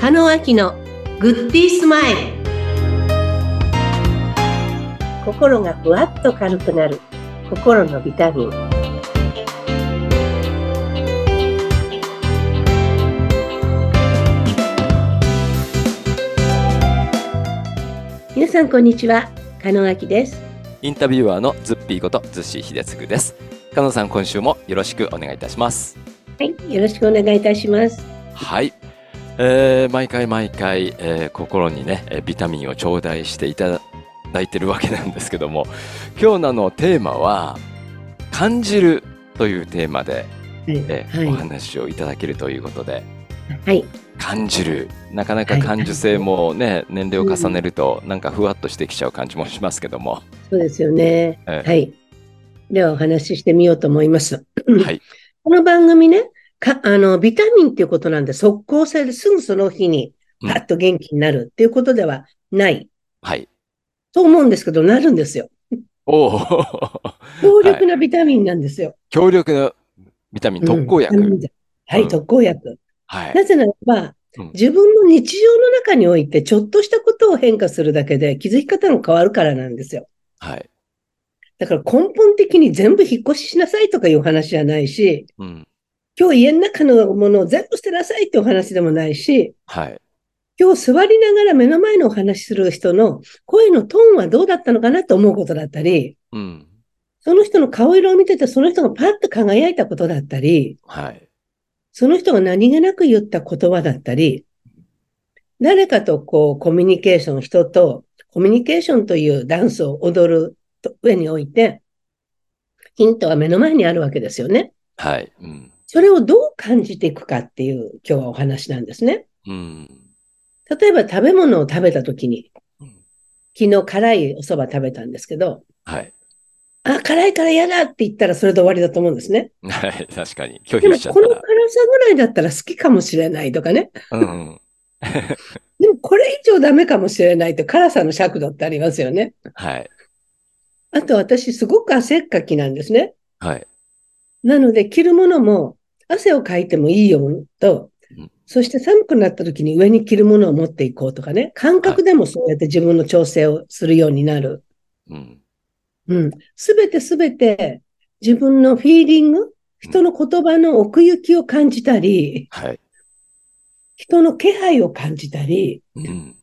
中野明のグッディースマイル心がふわっと軽くなる心のビタミン皆さんこんにちは加納明ですインタビュアーのズッピーことズッシー秀嗣です。加納さん、今週もよろしくお願いいたします。はいよろしくお願いいたしますはい。えー毎回毎回、えー心にね、えービタミンを頂戴していただいてるわけなんですけども、今日のあのテーマは、感じるというテーマで、はいえーお話をいただけるということで、はい感じる。なかなか感受性 もね、年齢を重ねると、なんかふわっとしてきちゃう感じもしますけども。そうですよね、えーはいではお話ししてみようと思いますはい。 この番組ね、かあのビタミンっていうことなんで、即効性ですぐその日にうんパッと元気になるっていうことではないはい。と思うんですけど、なるんですよ。おお。強力なビタミンなんですよ。強力なビタミン特効薬。うんはうい、ん特効薬。はい。なぜならばうん、自分の日常の中において、ちょっとしたことを変化するだけで気づき方が変わるからなんですよ。はい。だから根本的に全部引っ越ししなさいとかいう話じゃないし、うん。今日家の中のものを全部捨てなさいってお話でもないし、はい。今日座りながら目の前のお話しする人の声のトーンはどうだったのかなと思うことだったり、うん。その人の顔色を見ててその人がパッと輝いたことだったり、はい。その人が何気なく言った言葉だったり、誰かとこうコミュニケーション、人とコミュニケーションというダンスを踊ると上において、ヒントが目の前にあるわけですよね。はい。うん。それをどう感じていくかっていう今日はお話なんですね。うん。例えば食べ物を食べた時に、うん昨日辛いお蕎麦食べたんですけど、はい。 あ、辛いから嫌だって言ったらそれで終わりだと思うんですね。はい。確かに。拒でも否しちゃっこの辛さたぐらいだったら好きかもしれないとかね。ら。うんうん。でもこれ以上ダメかもしれないって辛さの尺度ってありますよね。はい。あと私すごく汗っかきなんですね。はい。なので着るものも汗をかいてもいいようにとうん、そして寒くなった時に上に着るものを持っていこうとかね。感覚でもそうやって自分の調整をするようになる。うん。うん。すべてすべて自分のフィーリング、人の言葉の奥行きを感じたり、はい。人の気配を感じたり、うん。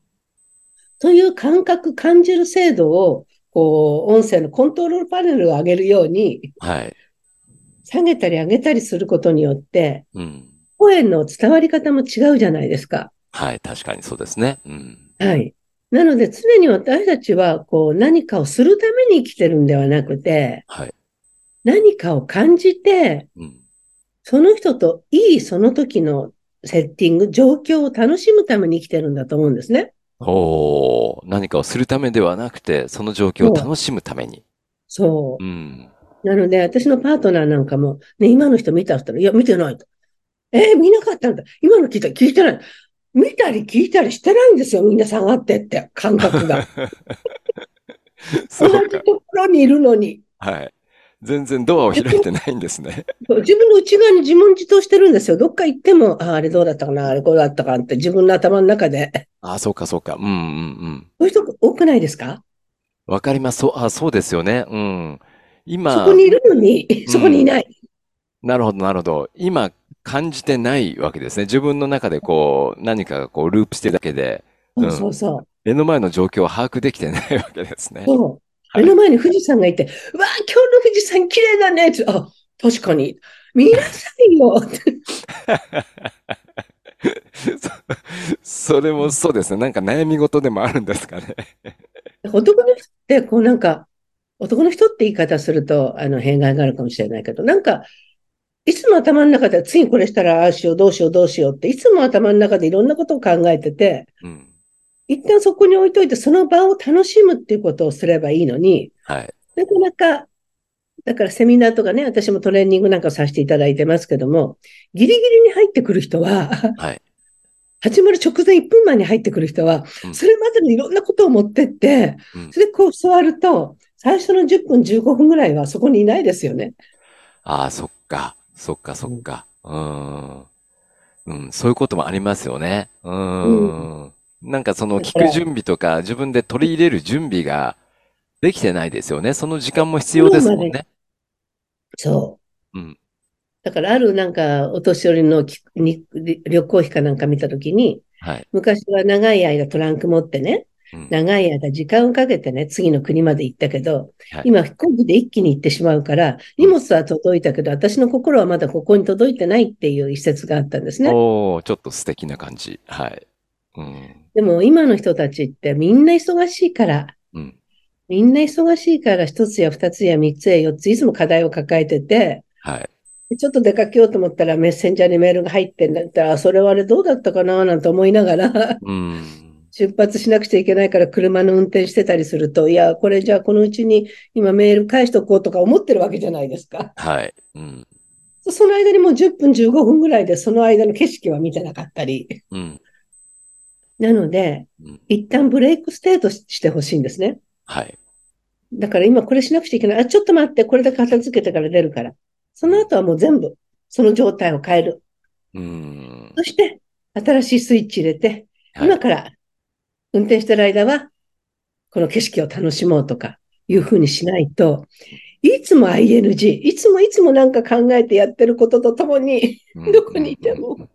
という感覚、感じる精度を、こう、音声のコントロールパネルを上げるように、はい。下げたり上げたりすることによって、うん。声の伝わり方も違うじゃないですか。はい。確かにそうですね。うん。はい。なので常に私たちは、こう、何かをするために生きてるんではなくて、はい。何かを感じて、うん。その人といいその時のセッティング、状況を楽しむために生きてるんだと思うんですね。おー何かをするためではなくて、その状況を楽しむために。そうん。 う。なので、私のパートナーなんかも、ね、今の人見たって言ったら、いや、見てないと。えー見なかったんだ。今の聞いた、聞いてない。見たり聞いたりしてないんですよ。みんな下がってって、感覚 が。そ同うじか。ところにいるのに。はい。全然ドアを開いてないんですね。自分の内側に自問自答してるんですよ。どっか行っても、ああ、あれどうだったかな、あれこうだったかなって自分の頭の中で。あ、そうか、そうか。うんうんうん。そういう人多くないですかわかります。そう、あ、そうですよね。うん。そ今こ、にいるのに、うんそこにいない。なるほど、なるほど。今、感じてないわけですね。自分の中でこう、何かがこう、ループしてるだけで、うんそうそうそう。目の前の状況を把握できてないわけですね。そう。はい目の前に富士山がいて、うわあ、今日の富士山綺麗だねって、あ、確かに。見なさいよって。そ それもそうですね。なんか悩み事でもあるんですかね。男の人って、こうなんか、男の人って言い方すると、あの、弊害があるかもしれないけど、なんか、いつも頭の中で、次これしたら、ああしよう、どうしよう、どうしようって、いつも頭の中でいろんなことを考えてて、うん。一旦そこに置いといて、その場を楽しむっていうことをすればいいのに、はい。なかなか、だからセミナーとかね、私もトレーニングなんかさせていただいてますけども、ギリギリに入ってくる人は、はい。始まる直前1分前に入ってくる人はう、んそれまでにいろんなことを持ってってうん、それでこう座ると、最初の10分15分ぐらいはそこにいないですよね。ああ、そっか。そっか、そっか。うーん。うん、そういうこともありますよね。うん。なんかその聞く準備とか、自分で取り入れる準備ができてないですよね。その時間も必要ですもんね。そう。うんだから、あるなんか、お年寄りのきにり旅行費かなんか見たときに、はい。昔は長い間トランク持ってね、うん長い間時間をかけてね、次の国まで行ったけど、はい今飛行機で一気に行ってしまうから、荷物は届いたけど、私の心はまだここに届いてないっていう一節があったんですね。おー、ちょっと素敵な感じ。はい。うん。でも今の人たちってみんな忙しいから、うん。みんな忙しいから一つや二つや三つや四ついつも課題を抱えてて、はい。でちょっと出かけようと思ったらメッセンジャーにメールが入ってんだったら、あそれはあれどうだったかななんて思いながら、うん。出発しなくちゃいけないから車の運転してたりすると、いや、これじゃあこのうちに今メール返しとこうとか思ってるわけじゃないですか。はい。うん。その間にもう10分15分ぐらいでその間の景色は見てなかったり。うん。なのでうん、一旦ブレイクステートししてほしいんですね。はい。だから今これしなくちゃいけない。あ、ちょっと待って、これで片付けてから出るから。その後はもう全部、その状態を変える。うんそ。して、新しいスイッチ入れて、はい今から運転してる間は、この景色を楽しもうとかいうふうにしないと、いつも ING、いつもいつもなんか考えてやってることとともに どこにいても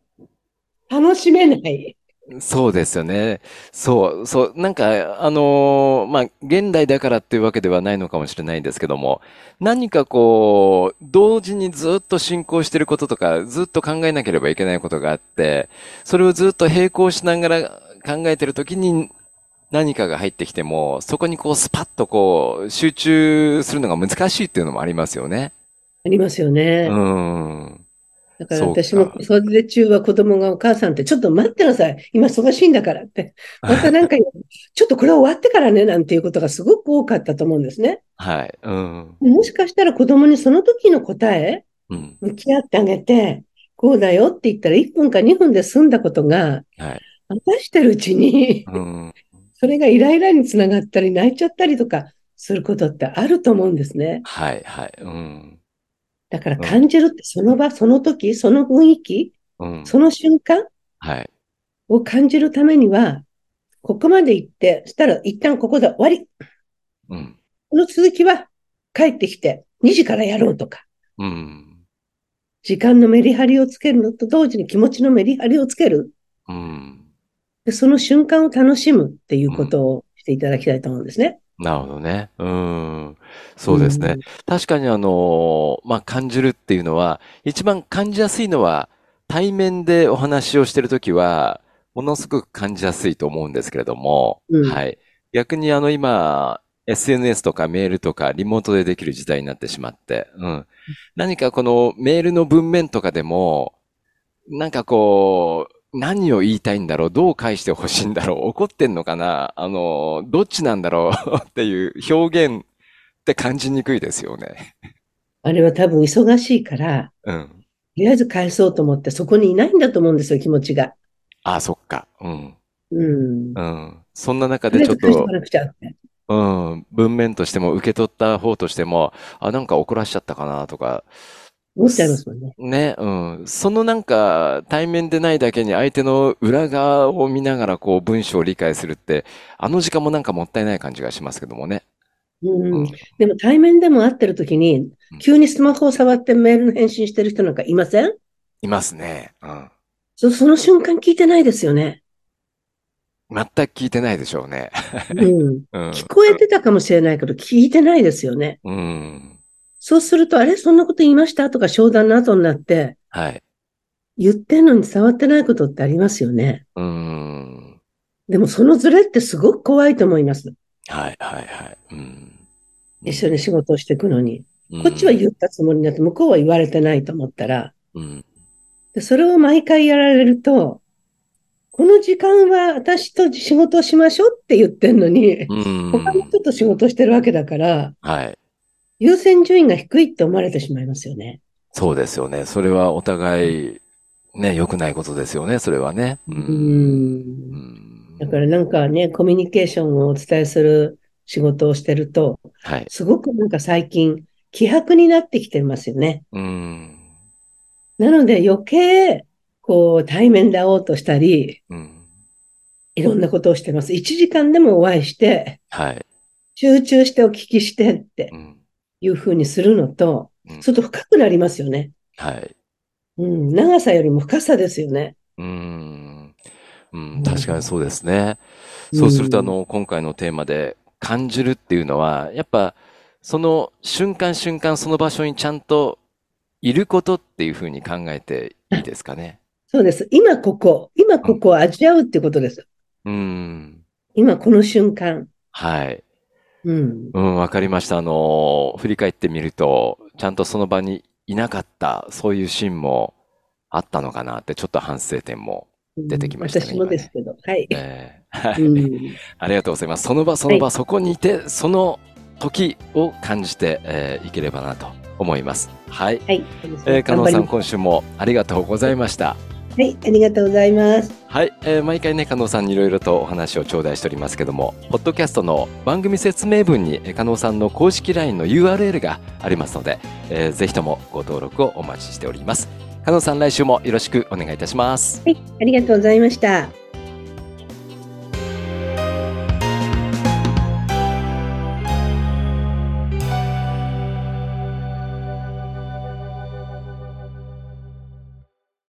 楽しめない。そうですよね。そう、そう、なんか、あのーまあ、現代だからっていうわけではないのかもしれないんですけども、何かこう、同時にずっと進行してることとか、ずっと考えなければいけないことがあって、それをずっと並行しながら考えてるときに何かが入ってきても、そこにこう、スパッとこう、集中するのが難しいっていうのもありますよね。ありますようね。ん。だからそうか私も子育て中は子供がお母さんってちょっと待ってなさい。今忙しいんだから って。またなんか、ちょっとこれ終わってからねなんていうことがすごく多かったと思うんですね。はい。うん。もしかしたら子供にその時の答え、うん。向き合ってあげて、こうだよって言ったら1分か2分で済んだことが、はい。話してるうちに、うん。それがイライラにつながったり、泣いちゃったりとかすることってあると思うんですね。はい。はい。うん。だから感じるって、その場、その時、その雰囲気、うん。その瞬間はい。を感じるためには、ここまで行って、したら一旦ここで終わり。うん。この続きは帰ってきて2時からやろうとか、うん。時間のメリハリをつけるのと同時に気持ちのメリハリをつける。うん。で、その瞬間を楽しむっていうことをしていただきたいと思うんですね。なるほどね。うん。そうですね。確かにあのーまあ、感じるっていうのは、一番感じやすいのは、対面でお話をしてるときは、ものすごく感じやすいと思うんですけれども、うんはい。逆にあの今、SNS とかメールとかリモートでできる時代になってしまって、うん。何かこのメールの文面とかでも、なんかこう、何を言いたいんだろう、どう返してほしいんだろう、怒ってんのかな、あの、どっちなんだろう っていう表現って感じにくいですよね。あれは多分忙しいから、うん。とりあえず返そうと思ってそこにいないんだと思うんですよ、気持ちが。あ、そっか。うん。うん。うん。そんな中とでりあえちょっず返してとおか、なくちゃって。うん、文面としても受け取った方としても、あ、なんか怒らしちゃったかなとか、思っちゃいますもんね。ね、うん。そのなんか、対面でないだけに相手の裏側を見ながらこう文章を理解するって、あの時間もなんかもったいない感じがしますけどもね。ううんん。。でも対面でも会ってる時にうん、急にスマホを触ってメールの返信してる人なんかいませんいますね。うん。そその瞬間聞いてないですよね。全く聞いてないでしょうね。うん。 うん。聞こえてたかもしれないけど、聞いてないですよね。うん。そうすると、あれそんなこと言いましたとか商談の後になって、はい。言ってんのに触ってないことってありますよね。うん。でもそのズレってすごく怖いと思います。はい、はい、はい。うん。一緒に仕事をしていくのに。うんこっちは言ったつもりになって、向こうは言われてないと思ったら、うん。でそれを毎回やられると、この時間は私と仕事をしましょうって言ってんのに、うん。他の人と仕事をしてるわけだから、はい。優先順位が低いって思われてしまいますよね。そうですよね。それはお互い、ね、良くないことですよね。それはね。う。うん。うんん。だからなんかね、コミュニケーションをお伝えする仕事をしてると、はい。すごくなんか最近、希薄になってきてますよね。うん。なので余計、こう、対面で会おうとしたり、うん。いろんなことをしてます。1時間でもお会いして、はい。集中してお聞きしてってうん。いうふうにするのとう、んちょっと深くなりますよね。はい。うん、長さよりも深さですよね。うーん。ううんん、確かにそうですね。そうすると、あの、今回のテーマで、感じるっていうのは、やっぱ、その瞬間瞬間、その場所にちゃんといることっていうふうに考えていいですかね。そうです。今ここ、今ここを味わうってことです。うーん。今この瞬間。はい。うん。うん、わかりました。あのー、振り返ってみると、ちゃんとその場にいなかった、そういうシーンもあったのかなって、ちょっと反省点も。出てきましたね私もですけど。はい。えーはい。うん、ありがとうございます。その場その場、はそこにいて、その時を感じて、えーいければなと思います。はい。はい。 えー、加納さ頑ん、張りま今週もありがとうございました。すはい。ありがとうございます。はい、えー毎回ね、加納さんにいろいろとお話を頂戴しておりますけども、ポッドキャストの番組説明文に、えー加納さんの公式 LINE の URL がありますので、えーぜひともご登録をお待ちしております。加納さん、来週もよろしくお願いいたします。はい。ありがとうございました。